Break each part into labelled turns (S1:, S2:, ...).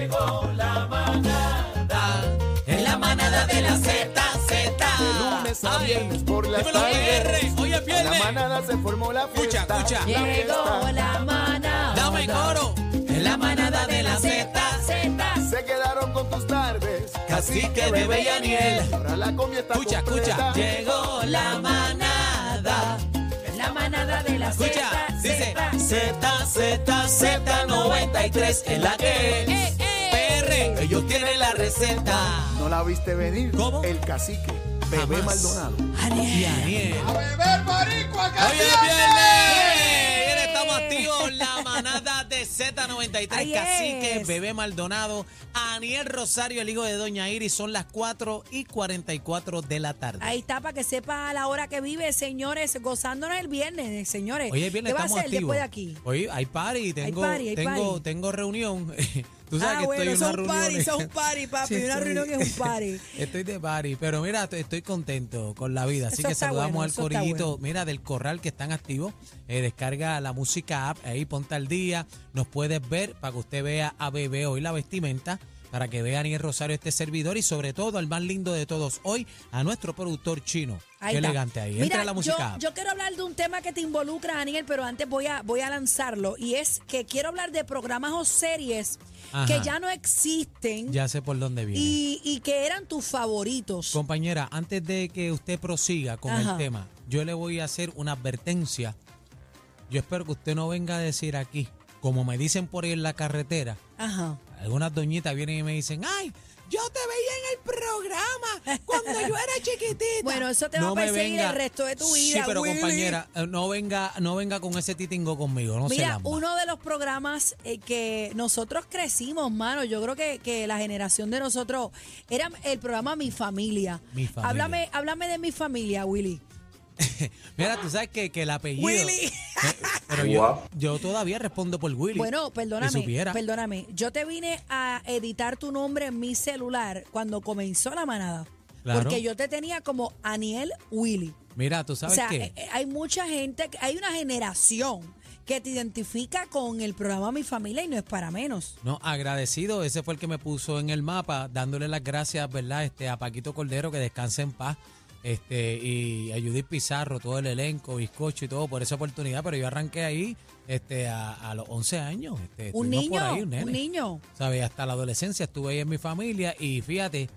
S1: llegó la manada. En la manada de la Z, Z.
S2: De lunes a
S1: Ay,
S2: viernes por las
S1: dímelo,
S2: tardes.
S1: PR, hoy es viernes.
S2: En la manada se formó la
S1: Escucha,
S2: fiesta.
S1: escucha.
S2: la
S3: Llegó
S2: fiesta.
S3: la manada.
S1: Dame coro. En la manada de la Z,
S3: Z.
S2: Se quedaron con tus tardes.
S1: Cacique, bebé y Aniel.
S2: Ahora la comida está
S1: Escucha, escucha.
S2: completa.
S1: Llegó la manada.
S3: La manada de la Z.
S1: Escucha, dice
S3: Z.
S1: Z, Z, Z 93 en la E que
S3: Eh, eh.
S1: PR, ellos tienen la receta.
S2: No la viste venir.
S1: ¿Cómo?
S2: El cacique. Bebé
S1: Jamás.
S2: Maldonado.
S1: Y Aniel.
S2: beber marico
S1: Hoy es viernes. Bien, Estamos activos la manada de Z93,
S3: Ahí
S1: Cacique,
S3: es.
S1: Bebé Maldonado, Aniel Rosario, el hijo de Doña Iris. Son las 4 y 44 de la tarde.
S3: Ahí está, para que sepa la hora que vive, señores, gozándonos el viernes, eh, señores.
S1: Oye, viernes
S3: ¿Qué va a
S1: estamos
S3: hacer
S1: activos.
S3: después de aquí?
S1: Hoy hay party, tengo,
S3: party, hay
S1: tengo,
S3: party.
S1: tengo reunión. Tú sabes
S3: ah,
S1: que
S3: bueno,
S1: estoy en
S3: son
S1: una reunión.
S3: party, son party, papi.
S1: Sí,
S3: Ah, una
S1: estoy-
S3: reunión es un party.
S1: Estoy de party, pero mira, estoy- estoy contento con la vida. Así
S3: Eso
S1: que
S3: está
S1: saludamos
S3: bueno,
S1: al
S3: eso está
S1: corillito,
S3: bueno.
S1: mira, del corral que están activos. Eh, descarga la música app, ahí ponte al día. Nos puedes ver para que usted vea a Bebé hoy la vestimenta, para que vea a Aniel Rosario este servidor y sobre todo al más lindo de todos hoy, a nuestro productor chino.
S3: Ahí
S1: Qué
S3: está.
S1: elegante ahí.
S3: Mira,
S1: Entra a la música app.
S3: Yo, yo quiero hablar de un tema que te involucra, Daniel, pero antes voy a, voy a lanzarlo. Y es que quiero hablar de programas o series
S1: Ajá.
S3: que ya no existen
S1: Ya sé por dónde viene.
S3: y, y que eran tus favoritos.
S1: Compañera, antes de que usted prosiga con
S3: Ajá.
S1: el tema, yo le voy a hacer una advertencia. Yo espero que usted no venga a decir aquí, como me dicen por ahí en la carretera,
S3: Ajá.
S1: algunas doñitas vienen y me dicen, ay, yo te veía en el programa cuando yo era chiquitita.
S3: Bueno, eso te va a
S1: me
S3: perseguir el resto de tu
S1: Sí,
S3: vida,
S1: pero
S3: Willy.
S1: compañera, eh, no venga, no venga con ese titingo conmigo, no se
S3: Mira,
S1: lamba.
S3: uno de los programas eh, que nosotros crecimos, mano, yo creo que, que la generación de nosotros era el programa Mi Familia.
S1: Mi Familia.
S3: Háblame, háblame de Mi Familia, Willy.
S1: Mira, tú sabes que, que el apellido...
S3: Willy.
S1: Eh, Pero yo, yo todavía respondo por Willy.
S3: Bueno,
S1: Si
S3: perdóname,
S1: supiera.
S3: perdóname. Yo te vine a editar tu nombre en mi celular cuando comenzó la manada.
S1: Claro.
S3: Porque yo te tenía como Aniel Willy.
S1: Mira, tú sabes
S3: o sea,
S1: qué?
S3: eh, eh, hay mucha gente, que- hay una generación que te identifica con el programa Mi Familia y no es para menos.
S1: No, agradecido. Ese fue el que me puso en el mapa, dándole las gracias, ¿verdad? Este, a Paquito Cordero, que descanse en paz. Este, y a Judith Pizarro, todo el elenco, bizcocho y todo, por esa oportunidad. Pero yo arranqué ahí este, a, a los 11 años. Este,
S3: Un
S1: estuvimos
S3: niño,
S1: por ahí, un
S3: un,
S1: nene.
S3: niño.
S1: ¿Sabes? Hasta la adolescencia estuve ahí en mi familia y fíjate,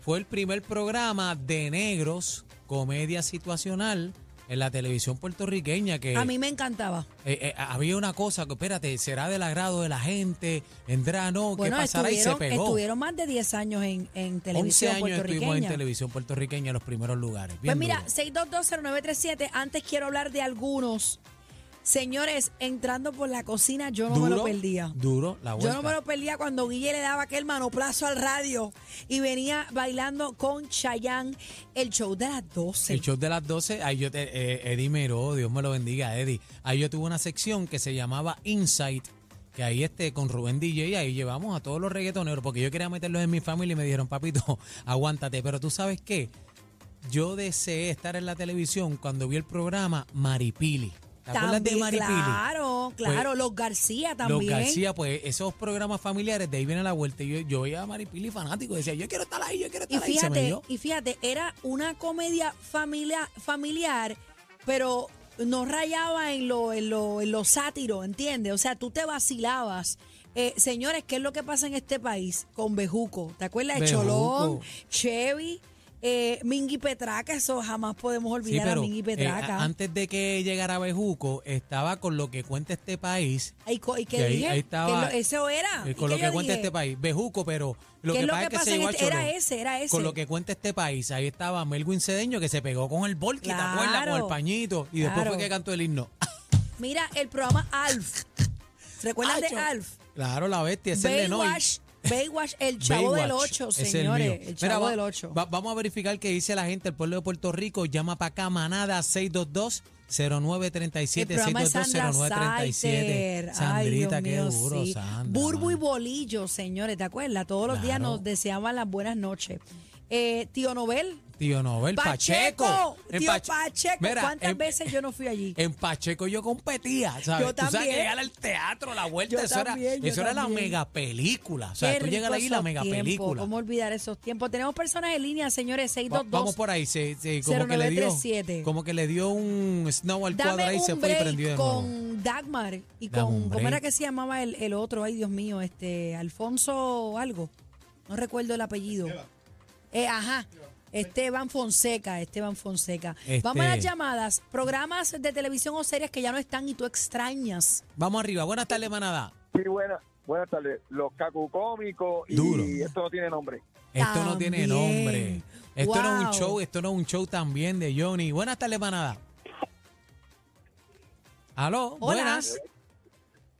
S1: fue el primer programa de negros, comedia situacional, en la televisión puertorriqueña que...
S3: A mí me encantaba.
S1: Eh, eh, había una cosa que, espérate, será del agrado de la gente, vendrá, no,
S3: Bueno,
S1: que pasará y se
S3: estuvieron,
S1: pegó.
S3: estuvieron más de 10 años en, en
S1: 11
S3: televisión
S1: años estuvimos en
S3: puertorriqueña.
S1: televisión puertorriqueña en los primeros lugares.
S3: Pues
S1: bien
S3: mira,
S1: duro.
S3: 6220937, antes quiero hablar de algunos. Señores, entrando por la cocina, yo no me lo
S1: Duro,
S3: perdía.
S1: Duro, la
S3: Yo
S1: vuelta.
S3: no me lo perdía cuando Guille le daba aquel manoplazo al radio y venía bailando con Chayanne el show de las 12.
S1: El show de las 12, ahí yo te, eh, Eddie Meró, Dios me lo bendiga, Eddie. Ahí yo tuve una sección que se llamaba Insight, que ahí este, con Rubén DJ, ahí llevamos a todos los reggaetoneros, porque yo quería meterlos en mi familia y me dijeron, papito, aguántate. Pero tú sabes qué, yo deseé estar en la televisión cuando vi el programa Maripili. ¿Te acuerdas de
S3: También,
S1: Maripili?
S3: claro, claro, los García también.
S1: Los García, pues esos programas familiares, de ahí viene la vuelta. Y yo, yo veía a Maripili fanático, decía, yo quiero estar ahí, yo quiero estar
S3: Y
S1: ahí. Se me
S3: fíjate,
S1: dio.
S3: y fíjate, era una comedia familia, familiar, pero no rayaba en lo, en lo, en lo sátiro, ¿entiendes? O sea, tú te vacilabas. Eh, señores, ¿qué es lo que pasa en este país con Bejuco? ¿Te acuerdas de
S1: Bejuco.
S3: Cholón, Chevy, eh, Mingui Petraca? Eso jamás podemos
S1: Sí,
S3: olvidar
S1: pero
S3: a Mingui
S1: eh, a-
S3: Petraca.
S1: antes de que llegara Bejuco, estaba con lo que cuenta este país.
S3: Ay, co- ¿Y qué
S1: y ahí-
S3: dije?
S1: ahí estaba,
S3: Que lo- eso era.
S1: eh,
S3: ¿Y
S1: con
S3: qué
S1: lo que
S3: yo
S1: cuenta
S3: dije?
S1: este país. Bejuco, pero lo que
S3: ¿Qué es lo
S1: pasa
S3: que
S1: es que
S3: pasa
S1: se
S3: en
S1: llevó a
S3: este- era
S1: Cholón.
S3: ese, era ese.
S1: Con lo que cuenta este país. Ahí estaba Melwin Cedeño que se pegó con el volky, ¿te acuerdas? Con
S3: Claro.
S1: el pañito. Y después
S3: Claro.
S1: fue que cantó el himno.
S3: Mira, el programa Alf. ¿Recuerdas de
S1: Acho.
S3: Alf?
S1: Claro, la bestia, ese es el Lenoy.
S3: Baywatch, Baywatch, el chavo del
S1: Baywatch,
S3: 8,
S1: ese es
S3: señores.
S1: mío.
S3: El, chavo
S1: Mira,
S3: del
S1: va-
S3: 8.
S1: va- vamos a verificar qué dice la gente. El pueblo de Puerto Rico llama para acá Manada 622. 0937
S3: el programa de Sandra
S1: 622-0937.
S3: Saiter.
S1: Sandrita, qué duro,
S3: sí.
S1: Sandra.
S3: Burbu y
S1: mano.
S3: Bolillo, señores, ¿te acuerdas? Todos los días
S1: Claro.
S3: nos deseaban las buenas noches. Eh, tío Nobel,
S1: Tío Nobel, Pacheco. En
S3: Tío
S1: Pach-
S3: Pacheco,
S1: Mira,
S3: ¿cuántas
S1: en-
S3: veces yo no fui allí?
S1: En Pacheco yo competía, ¿sabes?
S3: Yo
S1: Tú sabes
S3: también.
S1: que llegar al teatro, la vuelta,
S3: Yo
S1: eso
S3: también,
S1: era,
S3: yo
S1: eso era la
S3: también.
S1: mega película. O sea,
S3: Qué
S1: tú llegas
S3: rico
S1: ahí la
S3: esos
S1: mega
S3: tiempos,
S1: película.
S3: ¿Cómo olvidar esos tiempos? Tenemos personas en línea, señores,
S1: Va-
S3: 622.
S1: vamos por ahí, se, se- como que le dio
S3: 0937.
S1: como que le dio un snow al cuadro
S3: Dame
S1: ahí,
S3: un
S1: se fue y
S3: break
S1: prendió de nuevo.
S3: con Dagmar y
S1: Dame un
S3: con, ¿cómo era
S1: break.
S3: que se llamaba el, el otro? Ay, Dios mío, este, Alfonso algo. No recuerdo el apellido. Eh, ajá. Esteban Fonseca, Esteban Fonseca.
S1: Este-
S3: Vamos a las llamadas. Programas de televisión o series que ya no están y tú extrañas.
S1: Vamos arriba, buenas tardes, manada.
S4: Sí, buena, buenas tardes. Los cacucómicos y
S1: Duro.
S4: esto no tiene nombre.
S1: Esto no tiene
S3: También.
S1: nombre. Esto no es un
S3: Wow.
S1: show, esto no es un show también de Johnny. Buenas tardes, manada. Aló,
S3: Hola.
S1: buenas.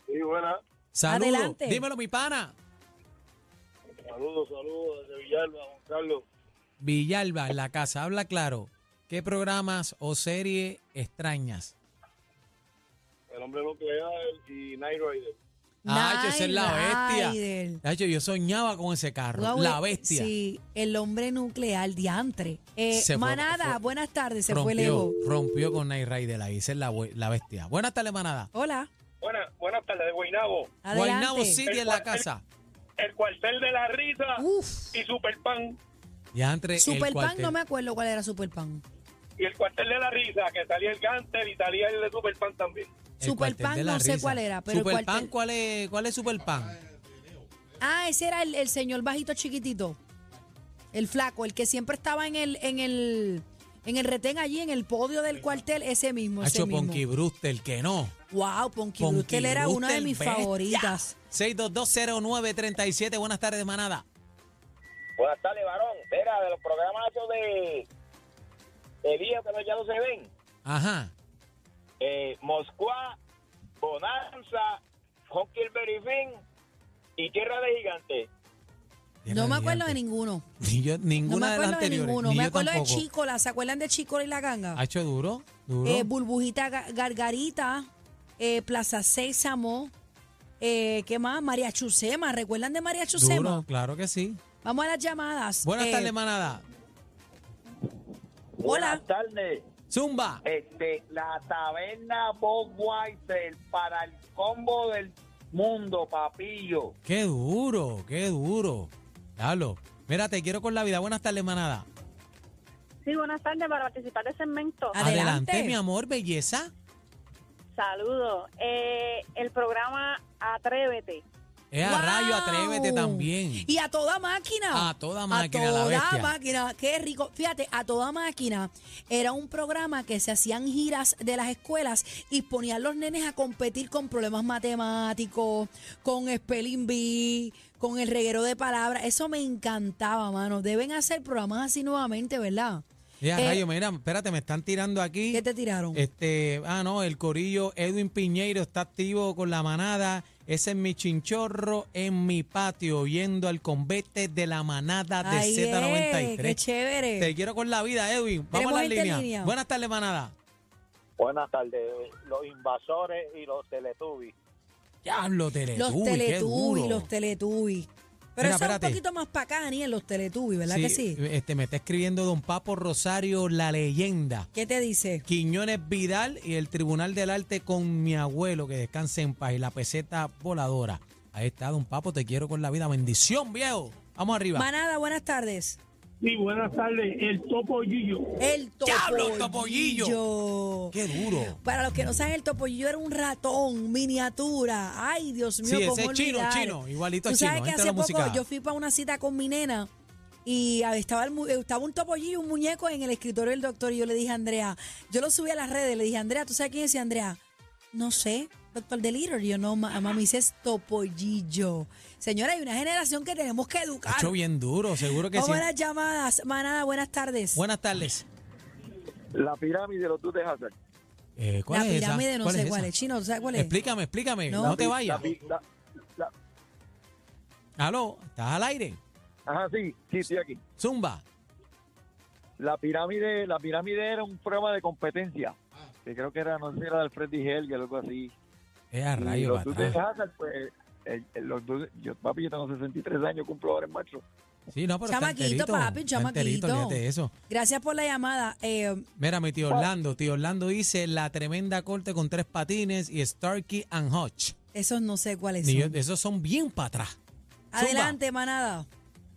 S4: Sí, buenas.
S1: Saludos.
S3: Adelante.
S1: Dímelo, mi pana.
S4: Saludos, saludos desde Villalba, Juan Carlos.
S1: Villalba, en la casa, habla claro. ¿Qué programas o serie extrañas?
S4: El hombre nuclear y Night Rider.
S1: Ah, esa es la
S3: Night
S1: bestia.
S3: Rider.
S1: Nacho, yo soñaba con ese carro,
S3: Wow,
S1: la
S3: eh,
S1: bestia.
S3: Sí, el hombre nuclear, diantre. Eh,
S1: Se fue-
S3: manada,
S1: fue-
S3: buenas tardes, se fue
S1: rompió,
S3: el ego.
S1: rompió con Night Rider ahí, esa es la, bu- la bestia. Buenas tardes, manada.
S3: Hola,
S4: Buenas, buenas tardes de Guaynabo.
S3: adelante.
S1: Guaynabo City en la
S4: El-
S1: casa.
S4: El cuartel de la risa
S3: Uf.
S4: y Superpan.
S1: Y entre el
S3: Superpan,
S1: cuartel.
S3: no me acuerdo cuál era Superpan.
S4: Y el cuartel de la risa, que salía el Gantel y salía el de Superpan también.
S1: el cuartel
S3: Superpan,
S1: de la
S3: no sé
S1: risa.
S3: cuál era, pero el
S1: Superpan,
S3: cuartel-
S1: ¿cuál es, cuál es Superpan?
S3: Ah, ese era el, el señor bajito chiquitito. El flaco, el que siempre estaba en el, en el, en el retén allí, en el podio del cuartel, ese mismo. Ese
S1: Hacho
S3: mismo.
S1: Ponky Brewster, el que no.
S3: Wow, Ponky
S1: Ponky
S3: Brewster era una de
S1: Brewster,
S3: mis
S1: bestia.
S3: favoritas.
S1: 6220937, buenas tardes, manada.
S4: Buenas tardes, varón. Mira, Ah, de los programas esos de, de día que no- ya no se ven.
S1: Ajá.
S4: eh, Moscua, Bonanza, Huckleberry Finn y Tierra de Gigantes.
S3: No me acuerdo de ninguno.
S1: Ni yo-
S3: No me
S1: ninguna de las
S3: acuerdo de
S1: anteriores.
S3: ninguno.
S1: ni
S3: Me
S1: yo
S3: acuerdo de
S1: tampoco.
S3: Chicola. ¿Se acuerdan de Chicola y la ganga?
S1: Hacho duro, duro.
S3: Eh, Burbujita Ga- Gargarita, eh, Plaza Sésamo, eh, ¿qué más? María Chusema. ¿Recuerdan de María Chusema?
S1: duro, claro que sí.
S3: Vamos a las llamadas.
S1: Buenas
S3: Eh,
S1: tardes, manada.
S3: Hola.
S5: Buenas tardes.
S1: Zumba.
S5: Este, la taberna Bob Weiser para el combo del mundo, papillo.
S1: Qué duro, qué duro. Hablo. Mira, te quiero con la vida. Buenas tardes, manada.
S6: Sí, buenas tardes para participar del segmento.
S3: Ah. Adelante.
S1: mi amor, belleza.
S6: Saludos. Eh, el programa Atrévete.
S1: Es a
S3: ¡Wow!
S1: rayo, atrévete también.
S3: Y a toda máquina.
S1: A toda máquina, la
S3: A toda
S1: bestia.
S3: máquina. Qué rico. Fíjate, a toda máquina era un programa que se hacían giras de las escuelas y ponían los nenes a competir con problemas matemáticos, con spelling bee, con el reguero de palabras. Eso me encantaba, mano. Deben hacer programas así nuevamente, ¿verdad?
S1: Es a
S3: Eh,
S1: rayo, mira, espérate, me están tirando aquí.
S3: ¿Qué te tiraron?
S1: Este, ah, no, el corillo Edwin Piñeiro está activo con la manada. Ese es mi chinchorro en mi patio, oyendo al combate de la manada de
S3: Ay, eh,
S1: Z93.
S3: qué chévere.
S1: Te quiero con la vida, Edwin. Vamos a la
S3: Tenemos gente en
S1: línea.
S3: línea.
S1: Buenas tardes, manada.
S4: Buenas tardes, los invasores y los teletubbies.
S1: Diablo, Teletubby,
S3: Los
S1: qué duro.
S3: Teletubbies, los Teletubbies. Pero
S1: Mira,
S3: eso es un
S1: espérate.
S3: poquito más para acá, Daniel, los Teletubbies, ¿verdad que sí?
S1: Este, me está escribiendo Don Papo Rosario, la leyenda.
S3: ¿Qué te dice?
S1: Quiñones Vidal y el Tribunal del Arte con mi abuelo, que descanse en paz, y la peseta voladora. Ahí está, Don Papo, te quiero con la vida. Bendición, viejo. Vamos arriba.
S3: Manada, buenas tardes.
S7: Sí, buenas tardes. El Topo Yuyo.
S3: El
S1: ¡Diablo,
S3: topollillo.
S1: Qué duro.
S3: Para los que no saben, el topollillo era un ratón, miniatura. Ay, Dios mío,
S1: Sí,
S3: cómo
S1: ese es chino,
S3: olvidar.
S1: chino, igualito
S3: Tú
S1: chino.
S3: sabes que
S1: Entra la
S3: hace poco
S1: música.
S3: yo fui para una cita con mi nena y estaba, el mu- eh, estaba un topollillo, un muñeco en el escritorio del doctor y yo le dije a Andrea, yo lo subí a las redes, le dije, Andrea, ¿tú sabes quién es? Y Andrea, no sé, doctor de Little. Yo no, ma- mami, ese es topollillo. Señora, hay una generación que tenemos que educar.
S1: Hecho bien duro, seguro que
S3: Vamos
S1: sí.
S3: a las llamadas. Manada, buenas tardes.
S1: Buenas tardes.
S4: La pirámide de los tú de Hazard.
S1: Eh,
S3: la
S1: ¿Cuál es esa?
S3: pirámide, no sé
S1: esa?
S3: cuál es. Chino, ¿tú sabes cuál es?
S1: Explícame, explícame. No,
S3: No.
S1: te vayas.
S4: La pi- la- la-
S1: Aló, estás al aire.
S4: ajá, Ah, sí, sí, estoy aquí.
S1: Zumba.
S4: La pirámide, la pirámide era un programa de competencia. Que creo que era, no sé si era de Alfred y Helga o algo así.
S1: Es a
S4: y
S1: rayo
S4: los
S1: para
S4: tú de
S1: atrás.
S4: Hazard, pues,
S5: el- el- los dos- yo, papi, yo tengo 63 años, cumplo ahora en marzo.
S1: Sí, no, pero está
S3: Chamaquito,
S1: enterito,
S3: papi,
S1: está enterito,
S3: chamaquito.
S1: olvídate de eso.
S3: Gracias por la llamada. Eh,
S1: Mira, mi tío Orlando, tío Orlando dice la tremenda corte con tres patines y Starkey and Hutch.
S3: esos no sé cuáles
S1: Ni-
S3: son.
S1: esos son bien para atrás. Zumba.
S3: Adelante, manada.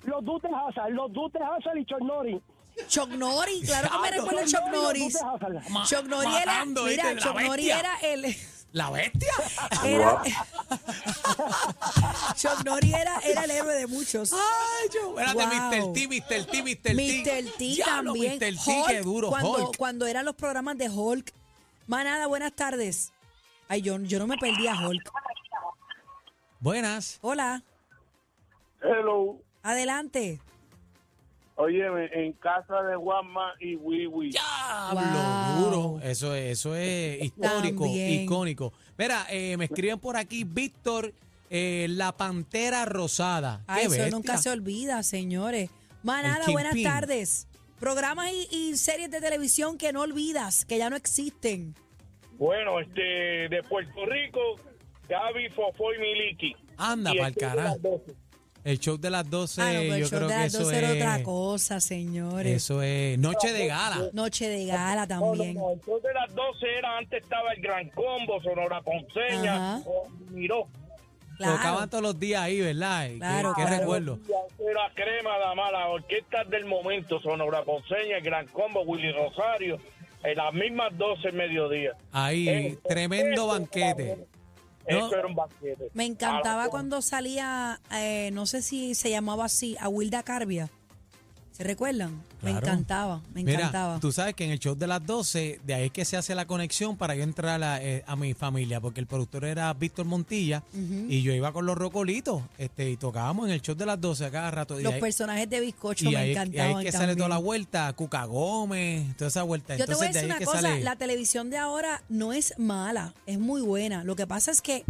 S7: Los Dutes Hazard, los Dutes Hazard y Chuck Norris.
S3: Chuck Norris, claro que me
S1: Diablo.
S3: recuerdo a Chuck
S7: Chuck Norris,
S3: Norris.
S7: los Dutes Hazard.
S1: Ma-
S3: Chuck Norris era,
S1: matando, ¿viste?
S3: mira,
S1: La
S3: Chuck Norris
S1: bestia. Ah,
S3: era el...
S1: ¿La bestia?
S3: Era, Chuck Norris era, era el héroe de muchos.
S1: Ay, yo. Espérate,
S3: Wow.
S1: Mr. T, Mr. T, Mr. Ah, T.
S3: Mr. T
S1: Diablo,
S3: también.
S1: Mr. T,
S3: Hulk,
S1: qué duro,
S3: cuando,
S1: Hulk.
S3: cuando eran los programas de Hulk. Manada, buenas tardes. Ay, yo, yo no me perdí a Hulk.
S1: Buenas.
S3: Hola,
S7: Hello.
S3: adelante.
S7: Óyeme, en casa de Juanma y Wiwi.
S1: Diablo,
S3: Wow.
S1: duro. Eso es, eso es histórico,
S3: También.
S1: icónico. Mira, eh, me escriben por aquí, Víctor, eh, la pantera rosada.
S3: Ay,
S1: Qué
S3: Ah, eso
S1: bestia.
S3: nunca se olvida, señores. Manada,
S1: El
S3: buenas
S1: Kingpin.
S3: tardes. Programas y, y series de televisión que no olvidas, que ya no existen.
S7: Bueno, este, de Puerto Rico, Gaby, Fofo y Miliki.
S1: Anda,
S7: Y
S1: pa'l
S7: el show de
S1: carajo.
S7: las 12.
S1: El show de las 12,
S3: ah, no, pero el
S1: yo
S3: show
S1: creo
S3: de
S1: que
S3: las
S1: eso
S3: 12 era
S1: es.
S3: otra cosa, señores.
S1: Eso es noche de gala.
S3: Noche de gala
S7: No, no,
S3: también.
S7: no, el show de las 12 era, antes estaba el Gran Combo, Sonora Ponceña,
S3: Ajá.
S7: o Miró.
S1: Tocaban
S3: Claro.
S1: todos los días ahí, ¿verdad? Qué-
S3: Claro,
S1: qué
S3: claro.
S1: recuerdo.
S7: Era crema, dama, las orquestas del momento, Sonora Ponceña, el Gran Combo, Willy Rosario, en las mismas 12 del mediodía.
S1: Ahí,
S7: Eh,
S1: tremendo
S7: eso
S1: banquete.
S7: era bueno.
S1: No.
S7: Eso era un banquete.
S3: Me
S7: A
S3: encantaba
S7: la-
S3: cuando salía, eh, no sé si se llamaba así, a Wilda Carbia. ¿Se recuerdan? Me
S1: Claro.
S3: encantaba, me encantaba.
S1: Mira, tú sabes que en el show de las 12, de ahí es que se hace la conexión para yo entrar a, eh, a mi familia, porque el productor era Víctor Montilla y yo iba con los rocolitos este, y tocábamos en el show de las 12 a cada rato. y
S3: Los
S1: ahí-
S3: personajes de bizcocho
S1: y
S3: me
S1: ahí, es- y ahí
S3: encantaban.
S1: es que sale toda la
S3: también.
S1: vuelta, Cuca Gómez, toda esa vuelta.
S3: Yo te voy a
S1: Entonces,
S3: decir
S1: de ahí
S3: una
S1: es que
S3: cosa,
S1: sale.
S3: la televisión de ahora no es mala, es muy buena. Lo que pasa es que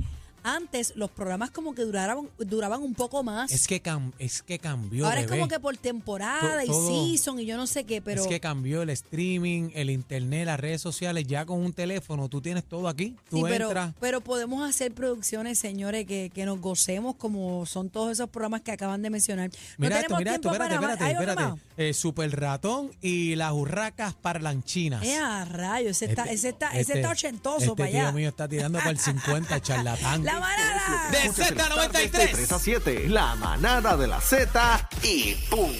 S3: antes los programas como que duraban, duraban un poco más.
S1: Es que, cam- es que cambió.
S3: ahora es
S1: bebé.
S3: como que por temporada
S1: To- todo-
S3: y season y yo no sé qué, pero
S1: Es que cambió el streaming, el internet, las redes sociales. Ya con un teléfono tú tienes todo aquí. Tú
S3: Sí, pero,
S1: entras.
S3: pero podemos hacer producciones, señores, que, que nos gocemos como son todos esos programas que acaban de mencionar. No
S1: Mira esto,
S3: tenemos
S1: mira esto,
S3: tiempo
S1: espérate,
S3: para
S1: espérate,
S3: más. ¿Hay otro
S1: espérate. Eh, super ratón y las urracas parlanchinas.
S3: más? Eh, a rayos, ese está,
S1: Este-
S3: ese está, ese
S1: este-
S3: está ochentoso
S1: este
S3: para allá.
S1: tío mío está tirando para el 50, charlatán.
S3: La manada.
S1: De
S2: Escuchas en las tardes de
S1: Z93.
S2: 3 a 7, la manada de la Z y punto.